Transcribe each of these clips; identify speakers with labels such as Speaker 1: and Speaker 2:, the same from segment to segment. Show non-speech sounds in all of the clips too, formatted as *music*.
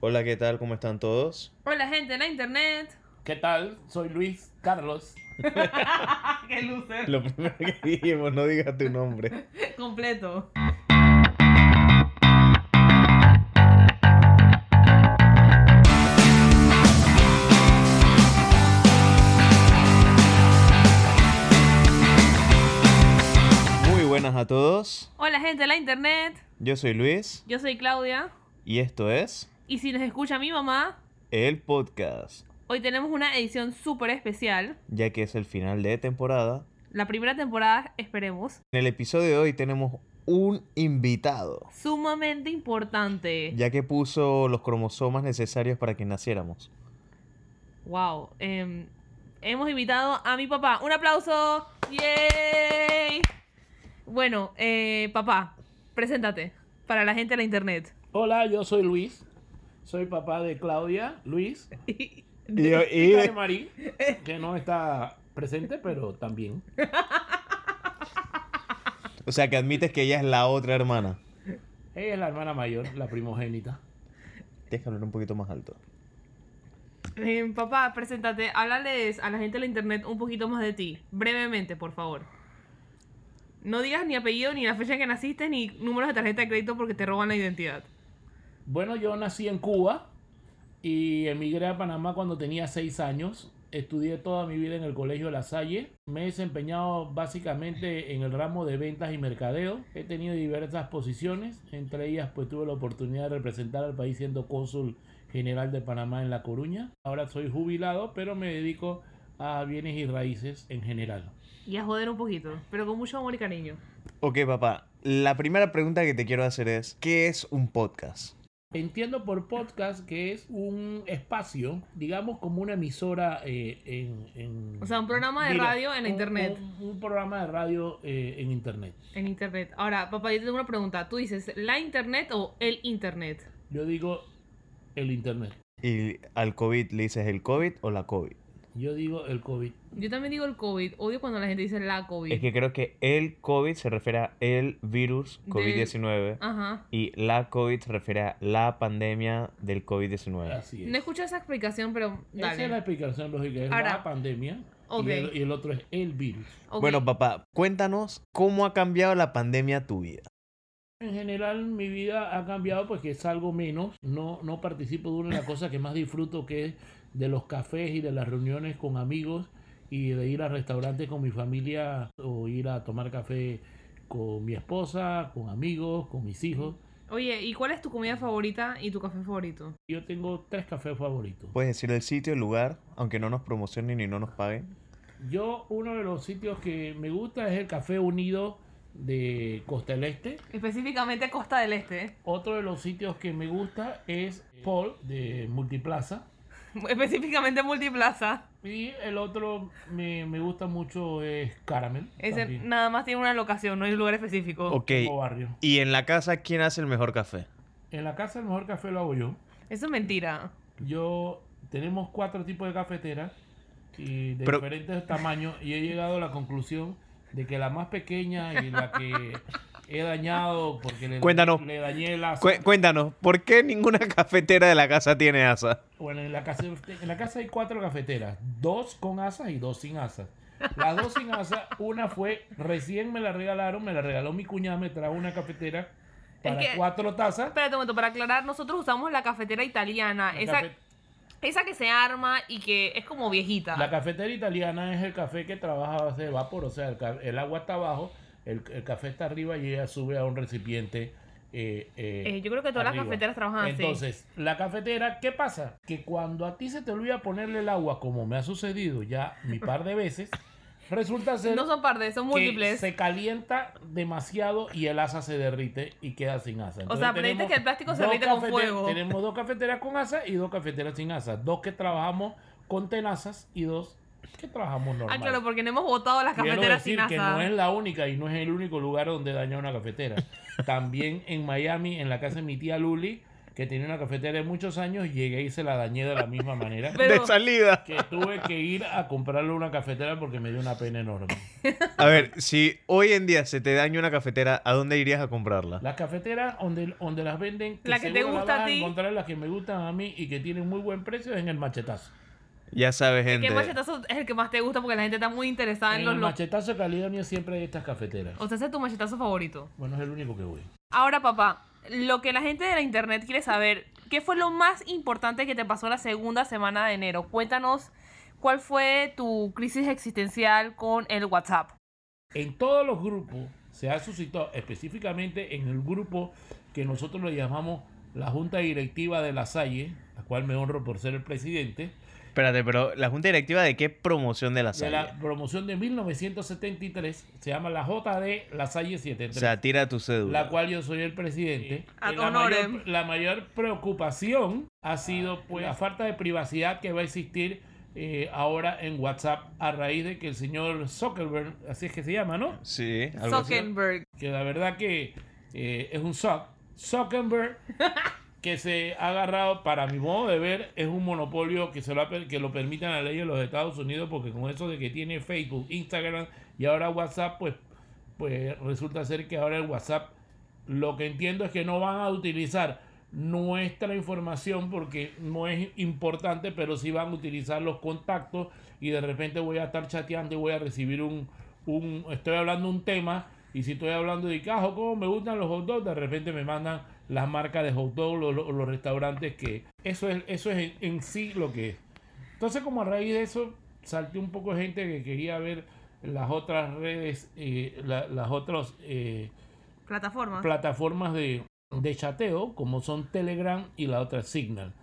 Speaker 1: Hola, ¿qué tal? ¿Cómo están todos? *laughs*
Speaker 2: Hola gente en la internet.
Speaker 3: ¿Qué tal? Soy Luis Carlos.
Speaker 2: Qué loser.
Speaker 1: Lo primero que dijimos, no digas tu nombre.
Speaker 2: *laughs* Completo.
Speaker 1: Muy buenas a todos.
Speaker 2: Hola gente en la internet.
Speaker 1: Yo soy Luis
Speaker 2: Yo soy Claudia.
Speaker 1: y esto es
Speaker 2: Y si les escucha mi mamá,
Speaker 1: el podcast,
Speaker 2: hoy tenemos una edición súper especial.
Speaker 1: ya que es el final de temporada.
Speaker 2: La primera temporada, esperemos.
Speaker 1: En el episodio de hoy tenemos un invitado,
Speaker 2: Sumamente importante.
Speaker 1: ya que puso los cromosomas necesarios para que naciéramos.
Speaker 2: Wow. em, hemos invitado a mi papá. Un aplauso. ¡Yay! Bueno, eh, papá, preséntate para la gente en la internet.
Speaker 3: Hola, yo soy Luis. Soy papá de Claudia, Luis
Speaker 1: Y, yo-
Speaker 3: y
Speaker 1: y-
Speaker 3: de Marí, que no está presente, pero también.
Speaker 1: o sea, que admites que ella es la otra hermana.
Speaker 3: Ella es la hermana mayor, la primogénita.
Speaker 1: Tienes que hablar un poquito más alto.
Speaker 2: Em, papá, preséntate. Háblales a la gente de la internet un poquito más de ti. Brevemente, por favor. No digas ni apellido, ni la fecha en que naciste, ni números de tarjeta de crédito porque te roban la identidad.
Speaker 3: Bueno, yo nací en Cuba y emigré a Panamá cuando tenía seis años. Estudié toda mi vida en el Colegio La Salle. Me he desempeñado básicamente en el ramo de ventas y mercadeo. He tenido diversas posiciones, entre ellas pues tuve la oportunidad de representar al país siendo cónsul general de Panamá en La Coruña. Ahora soy jubilado, pero me dedico a bienes y raíces en general.
Speaker 2: Y a joder un poquito, pero con mucho amor y cariño.
Speaker 1: Ok, papá, la primera pregunta que te quiero hacer es, ¿qué es un podcast?
Speaker 3: Entiendo por podcast que es un espacio, digamos como una emisora eh, en, en-
Speaker 2: O sea, un programa de radio en la
Speaker 3: un-
Speaker 2: internet.
Speaker 3: Un, un programa de radio eh, en internet.
Speaker 2: En internet. Ahora, papá, yo te tengo una pregunta. ¿Tú dices la internet o el internet?
Speaker 3: Yo digo el internet.
Speaker 1: Y al COVID le dices el COVID o la COVID.
Speaker 3: Yo digo el COVID.
Speaker 2: Yo también digo el COVID. Odio cuando la gente dice la COVID.
Speaker 1: Es que creo que el COVID se refiere a el virus COVID-19
Speaker 2: Ajá.
Speaker 1: y la COVID se refiere a la pandemia del COVID-19.
Speaker 3: Así es.
Speaker 2: No escucho esa explicación, pero
Speaker 3: Esa es la
Speaker 2: dale.
Speaker 3: explicación lógica. Es
Speaker 2: Ahora-
Speaker 3: la pandemia
Speaker 2: Ok.
Speaker 3: y, el, y el otro es el virus.
Speaker 2: Ok.
Speaker 1: Bueno, papá, cuéntanos cómo ha cambiado la pandemia tu vida.
Speaker 3: En general mi vida ha cambiado porque salgo menos, no, no participo de una de las cosas que más disfruto que es de los cafés y de las reuniones con amigos y de ir a restaurantes con mi familia o ir a tomar café con mi esposa, con amigos, con mis hijos.
Speaker 2: Oye, ¿y cuál es tu comida favorita y tu café favorito?
Speaker 3: Yo tengo tres cafés favoritos.
Speaker 1: Puedes decir el sitio, el lugar, aunque no nos promocionen y no nos paguen.
Speaker 3: Yo uno de los sitios que me gusta es el Café Unido de Costa del Este.
Speaker 2: Específicamente Costa del Este.
Speaker 3: Otro de los sitios que me gusta es Paul de Multiplaza.
Speaker 2: *laughs* Específicamente Multiplaza.
Speaker 3: Y el otro me, me gusta mucho es Caramel.
Speaker 2: Ese
Speaker 3: también,
Speaker 2: nada más tiene una locación, no hay un lugar específico.
Speaker 1: Ok,
Speaker 3: como barrio.
Speaker 1: y en la casa, ¿quién hace el mejor café?
Speaker 3: En la casa el mejor café lo hago yo.
Speaker 2: Eso es mentira.
Speaker 3: Yo tenemos cuatro tipos de cafeteras y de
Speaker 1: Pero-
Speaker 3: diferentes tamaños y he llegado a la conclusión de que la más pequeña y la que he dañado porque le,
Speaker 1: Cuéntanos.
Speaker 3: le dañé el asa.
Speaker 1: Cué- cuéntanos, ¿por qué ninguna *laughs* cafetera de la casa tiene asa?
Speaker 3: Bueno, en la casa, en la casa hay cuatro cafeteras, dos con asas y dos sin asas. Las dos sin asas, una fue, recién me la regalaron, me la regaló mi cuñada, me trajo una cafetera para
Speaker 2: que-
Speaker 3: cuatro tazas.
Speaker 2: Espérate un momento, para aclarar, nosotros usamos la cafetera italiana.
Speaker 3: La,
Speaker 2: esa,
Speaker 3: cafe-
Speaker 2: esa que se arma y que es como viejita.
Speaker 3: la cafetera italiana es el café que trabaja a base de vapor, o sea, el, ca- el agua está abajo, el, el café está arriba y ella sube a un recipiente. eh, eh,
Speaker 2: Eh, yo creo que todas las
Speaker 3: arriba.
Speaker 2: cafeteras trabajan así.
Speaker 3: Entonces, la cafetera, ¿qué pasa? Que cuando a ti se te olvida ponerle el agua, como me ha sucedido ya mi par
Speaker 2: *laughs*
Speaker 3: de veces, resulta ser
Speaker 2: No son pardes, son
Speaker 3: que
Speaker 2: múltiples.
Speaker 3: se calienta demasiado y el asa se derrite y queda sin asa.
Speaker 2: O sea, aprendiste
Speaker 3: tenemos
Speaker 2: que el plástico se
Speaker 3: dos
Speaker 2: derrite con
Speaker 3: cafete-
Speaker 2: fuego.
Speaker 3: Tenemos dos cafeteras con asa y dos cafeteras sin asa. Dos que trabajamos con tenazas y dos que trabajamos normal.
Speaker 2: Ah, claro, porque no hemos votado las
Speaker 3: Quiero
Speaker 2: cafeteras sin
Speaker 3: decir que
Speaker 2: asa.
Speaker 3: no es la única y
Speaker 2: *laughs*
Speaker 3: no es el único lugar donde daña una cafetera. También en Miami, en la casa de mi tía Luli, que tenía una cafetera de muchos años, llegué y se la dañé de la misma
Speaker 2: *laughs*
Speaker 3: manera.
Speaker 2: Pero-
Speaker 1: De salida.
Speaker 3: que tuve que ir a comprarle una cafetera porque me dio una pena enorme.
Speaker 1: A ver, si hoy en día se te daña una cafetera, ¿a dónde irías a comprarla?
Speaker 3: Las cafeteras donde, donde las venden,
Speaker 2: La que te
Speaker 3: seguro la
Speaker 2: gusta
Speaker 3: vas
Speaker 2: a ti.
Speaker 3: encontrar las que me gustan a mí y que tienen muy buen precio es en el machetazo.
Speaker 1: Ya sabes, gente.
Speaker 2: ¿Qué machetazo es el que más te gusta? Porque la gente está muy interesada en,
Speaker 3: en
Speaker 2: Ah, los
Speaker 3: el
Speaker 2: locos.
Speaker 3: machetazo de Caledonia siempre hay estas cafeteras.
Speaker 2: O sea, ese es tu machetazo favorito.
Speaker 3: Bueno, es el único que voy.
Speaker 2: Ahora, papá, lo que la gente de la internet quiere saber, ¿qué fue lo más importante que te pasó la segunda semana de enero? Cuéntanos cuál fue tu crisis existencial con el WhatsApp.
Speaker 3: En todos los grupos se ha suscitado, específicamente en el grupo que nosotros le llamamos la Junta Directiva de la Salle, la cual me honro por ser el presidente,
Speaker 1: Espérate, pero ¿la junta directiva de qué promoción de la
Speaker 3: de
Speaker 1: sala?
Speaker 3: la promoción de 1973, se llama la JD La Salle 73.
Speaker 1: O sea, tira tu cédula.
Speaker 3: la cual yo soy el presidente.
Speaker 2: Ad
Speaker 3: Y la,
Speaker 2: honorem.
Speaker 3: mayor, la mayor preocupación ha sido pues la falta de privacidad que va a existir eh, ahora en WhatsApp a raíz de que el señor Zuckerberg, así es que se llama, ¿no?
Speaker 1: Sí, algo así.
Speaker 2: Zuckerberg.
Speaker 3: Que la verdad que eh, es un Zuck. Zuckerberg que se ha agarrado, para mi modo de ver, es un monopolio que, se lo, ha per- que lo permiten la ley de los Estados Unidos porque con eso de que tiene Facebook, Instagram y ahora WhatsApp, pues, pues resulta ser que ahora el WhatsApp lo que entiendo es que no van a utilizar nuestra información porque no es importante, pero sí van a utilizar los contactos y de repente voy a estar chateando y voy a recibir un, un estoy hablando un tema y si estoy hablando de cajo, como me gustan los hot dogs, de repente me mandan las marcas de hot dogs o los, los restaurantes que eso es eso es en, en sí lo que es. Entonces, como a raíz de eso, salté un poco de gente que quería ver las otras redes, eh, la- las otras eh,
Speaker 2: Plataforma.
Speaker 3: plataformas de, de chateo, como son Telegram y la otra Signal.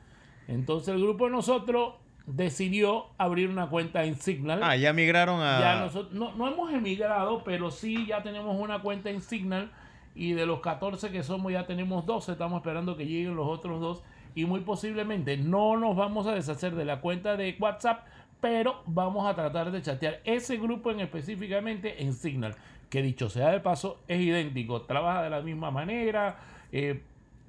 Speaker 3: Entonces el grupo de nosotros decidió abrir una cuenta en Signal.
Speaker 1: Ah, ya migraron a.
Speaker 3: Ya nosotros, no, no hemos emigrado, pero sí ya tenemos una cuenta en Signal y de los 14 que somos ya tenemos 12, estamos esperando que lleguen los otros dos y muy posiblemente no nos vamos a deshacer de la cuenta de WhatsApp, pero vamos a tratar de chatear ese grupo en específicamente en Signal, que dicho sea de paso es idéntico, trabaja de la misma manera, eh,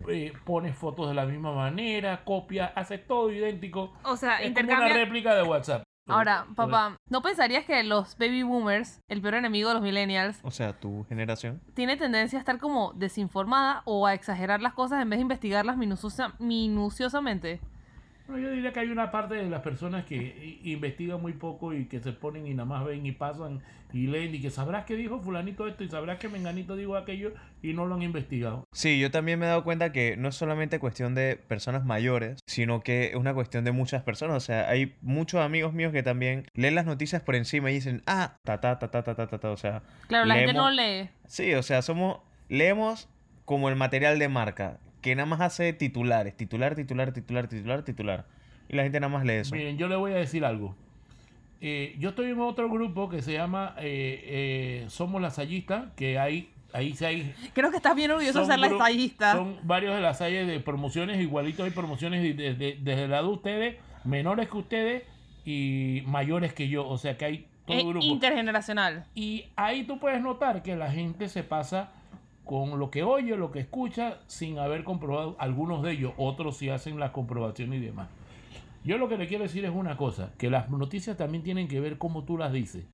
Speaker 3: eh, pones fotos de la misma manera, copias, hace todo idéntico.
Speaker 2: O sea,
Speaker 3: Es como una
Speaker 2: intercambia.
Speaker 3: réplica de WhatsApp.
Speaker 2: Ahora,
Speaker 3: Por- por-
Speaker 2: papá, ¿no pensarías que los baby boomers, el peor enemigo de los millennials,
Speaker 1: O sea, tu generación.
Speaker 2: tiene tendencia a estar como desinformada o a exagerar las cosas en vez de investigarlas minuciosa- minuciosamente?
Speaker 3: No, yo diría que hay una parte de las personas que i- investigan muy poco y que se ponen y nada más ven y pasan y leen y que sabrás que dijo fulanito esto y sabrás que menganito dijo aquello y no lo han investigado.
Speaker 1: Sí, yo también me he dado cuenta que no es solamente cuestión de personas mayores, sino que es una cuestión de muchas personas. O sea, hay muchos amigos míos que también leen las noticias por encima y dicen, ah, ta, ta, ta, ta, ta, ta, ta, ta. O sea,
Speaker 2: Claro, la gente
Speaker 1: Leemos-
Speaker 2: no lee.
Speaker 1: sí, o sea, somos, leemos como el material de marca, que nada más hace titulares, titular, titular, titular, titular, titular. Y la gente nada más lee eso.
Speaker 3: Miren, yo le voy a decir algo. Eh, yo estoy en otro grupo que se llama eh, eh, Somos las Sallistas, que hay, ahí sí hay
Speaker 2: Creo que estás bien orgulloso de
Speaker 3: Son
Speaker 2: ser la
Speaker 3: gru-
Speaker 2: estallista.
Speaker 3: Son varios de las calles de promociones, igualitos hay promociones de- de- de- desde la de ustedes, menores que ustedes y mayores que yo. O sea que hay todo
Speaker 2: Es
Speaker 3: grupo.
Speaker 2: intergeneracional.
Speaker 3: Y ahí tú puedes notar que la gente se pasa con lo que oye, lo que escucha, sin haber comprobado algunos de ellos. Otros sí hacen las comprobaciones y demás. Yo lo que le quiero decir es una cosa, que las noticias también tienen que ver cómo tú las dices.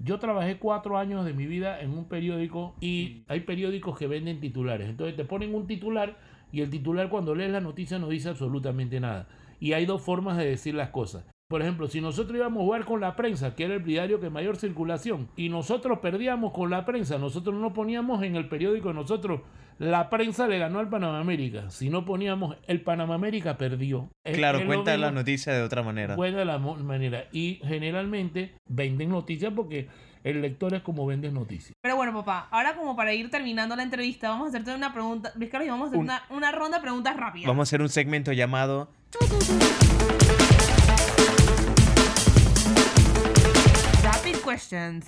Speaker 3: Yo trabajé cuatro años de mi vida en un periódico y hay periódicos que venden titulares. Entonces te ponen un titular y el titular cuando lees la noticia no dice absolutamente nada. Y hay dos formas de decir las cosas. Por ejemplo, si nosotros íbamos a jugar con la prensa, que era el diario que mayor circulación, y nosotros perdíamos con la prensa, nosotros no poníamos en el periódico de nosotros, la prensa le ganó al Panamamérica. Si no poníamos, el Panamamérica perdió. Es-
Speaker 1: Claro,
Speaker 3: es lo
Speaker 1: cuenta
Speaker 3: mismo
Speaker 1: las noticias de otra manera.
Speaker 3: buena de la mo- manera. Y generalmente venden noticias porque el lector es como venden noticias.
Speaker 2: Pero bueno, papá, ahora como para ir terminando la entrevista, vamos a hacerte una pregunta. Luis Carlos, y vamos a hacer
Speaker 1: Un-
Speaker 2: una, una ronda de preguntas rápidas.
Speaker 1: Vamos a hacer un segmento llamado
Speaker 2: Rapid questions.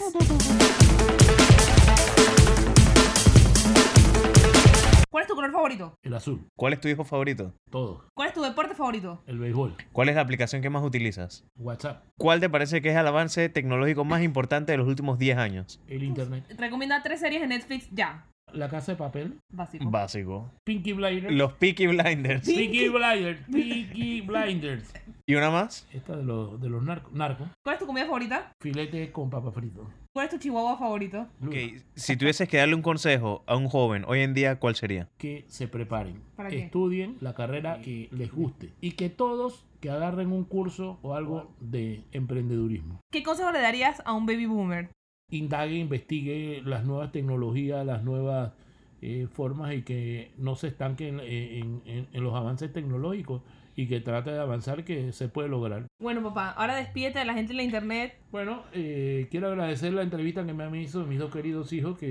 Speaker 2: ¿Cuál es tu color favorito?
Speaker 3: El azul,
Speaker 1: ¿Cuál es tu hijo favorito?
Speaker 3: todo.
Speaker 2: ¿Cuál es tu deporte favorito?
Speaker 3: El béisbol,
Speaker 1: ¿Cuál es la aplicación que más utilizas?
Speaker 3: WhatsApp,
Speaker 1: ¿Cuál te parece que es el avance tecnológico más importante de los últimos 10 años?
Speaker 3: el internet.
Speaker 2: Recomienda tres series de Netflix ya.
Speaker 3: La Casa de Papel,
Speaker 1: Mm.
Speaker 2: Básico.
Speaker 1: Básico.
Speaker 3: Pinky Blinders.
Speaker 1: Los Peaky Blinders.
Speaker 3: Peaky Blinders, Peaky Blinders.
Speaker 1: ¿Y una más?
Speaker 3: Esta de los, de los narcos. narcos.
Speaker 2: ¿Cuál es tu comida favorita?
Speaker 3: Filetes con papa frito.
Speaker 2: ¿Cuál es tu chihuahua favorito?
Speaker 1: Ok, si tuvieses que darle un consejo a un joven hoy en día, ¿cuál sería?
Speaker 3: que se preparen,
Speaker 2: ¿Para qué?
Speaker 3: estudien la carrera que les guste y que todos que agarren un curso o algo de emprendedurismo.
Speaker 2: ¿Qué consejo le darías a un baby boomer?
Speaker 3: Indague, investigue las nuevas tecnologías, las nuevas eh, formas y que no se estanquen en, en- en los avances tecnológicos y que trate de avanzar que se puede lograr.
Speaker 2: Bueno, papá, ahora despídete de la gente en la internet.
Speaker 3: Bueno, eh, quiero agradecer la entrevista que me han hizo mis dos queridos hijos que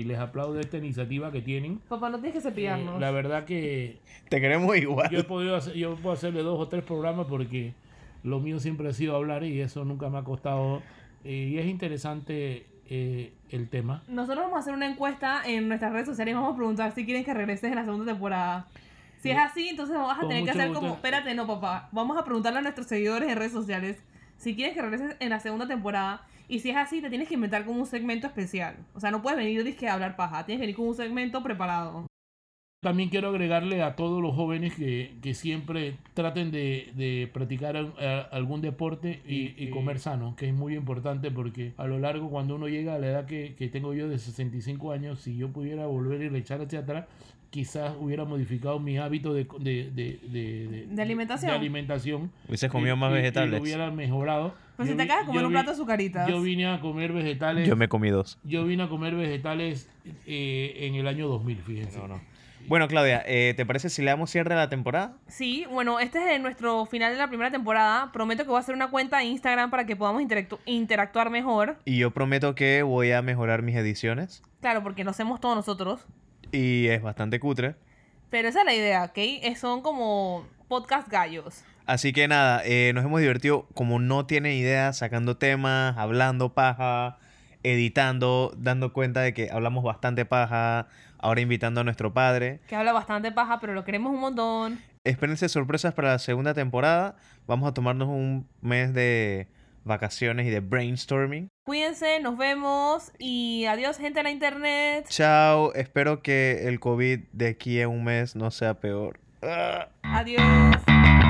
Speaker 3: eh, les aplaudo esta iniciativa que tienen.
Speaker 2: Papá, no tienes que
Speaker 3: Eh,
Speaker 2: cepillarnos.
Speaker 3: la verdad que
Speaker 1: Te queremos
Speaker 3: yo he
Speaker 1: igual.
Speaker 3: podido hacer, yo puedo hacerle dos o tres programas porque lo mío siempre ha sido hablar y eso nunca me ha costado eh, y es interesante eh, el tema
Speaker 2: Nosotros vamos a hacer una encuesta en nuestras redes sociales y vamos a preguntar si quieren que regreses en la segunda temporada. Si es así, entonces vamos a
Speaker 3: Con
Speaker 2: tener que
Speaker 3: mucho
Speaker 2: hacer
Speaker 3: gusto.
Speaker 2: como, espérate, no, papá. Vamos a preguntarle a nuestros seguidores en redes sociales si quieren que regreses en la segunda temporada. Y si es así, te tienes que inventar como un segmento especial. O sea, no puedes venir disque a hablar paja. Tienes que venir con un segmento preparado.
Speaker 3: también quiero agregarle a todos los jóvenes que, que siempre traten de, de practicar al- a- algún deporte y, y comer sano, que es muy importante porque a lo largo cuando uno llega a la edad que, que tengo yo de 65 años, si yo pudiera volver y echar hacia atrás, quizás hubiera modificado mi hábito de, de, de- de- de-
Speaker 2: ¿De alimentación?
Speaker 3: de alimentación
Speaker 1: Hubieses comido
Speaker 3: y-
Speaker 1: más
Speaker 3: y- y lo
Speaker 1: vegetales.
Speaker 3: hubiera mejorado.
Speaker 2: Pues
Speaker 3: Yo
Speaker 2: si te
Speaker 3: vi-
Speaker 2: acabas de comer
Speaker 3: yo
Speaker 2: un
Speaker 3: vi-
Speaker 2: plato de azucaritas.
Speaker 3: Yo vine a comer vegetales.
Speaker 1: Yo
Speaker 3: Yo,
Speaker 1: me comí dos.
Speaker 3: vine a comer vegetales eh, en el año 2000, fíjense.
Speaker 1: Bueno, Claudia, eh, ¿te parece si le damos cierre a la temporada?
Speaker 2: Sí, bueno, este es de nuestro final de la primera temporada. Prometo que voy a hacer una cuenta de Instagram para que podamos interactu- interactuar mejor.
Speaker 1: Y yo prometo que voy a mejorar mis ediciones.
Speaker 2: Claro, porque lo hacemos todos nosotros.
Speaker 1: Y es bastante cutre.
Speaker 2: Pero esa es la idea, ¿ok? Eh, Son como podcast gallos.
Speaker 1: Así que nada, eh, nos hemos divertido como no tienen idea, sacando temas, hablando paja, editando, dando cuenta de que hablamos bastante paja, ahora invitando a nuestro padre.
Speaker 2: Que habla bastante paja, pero lo queremos un montón.
Speaker 1: Espérense sorpresas para la segunda temporada. Vamos a tomarnos un mes de vacaciones y de brainstorming.
Speaker 2: Cuídense, nos vemos. Y adiós, gente de la internet.
Speaker 1: Chao, espero que el COVID de aquí a un mes no sea peor. Ah.
Speaker 2: Adiós.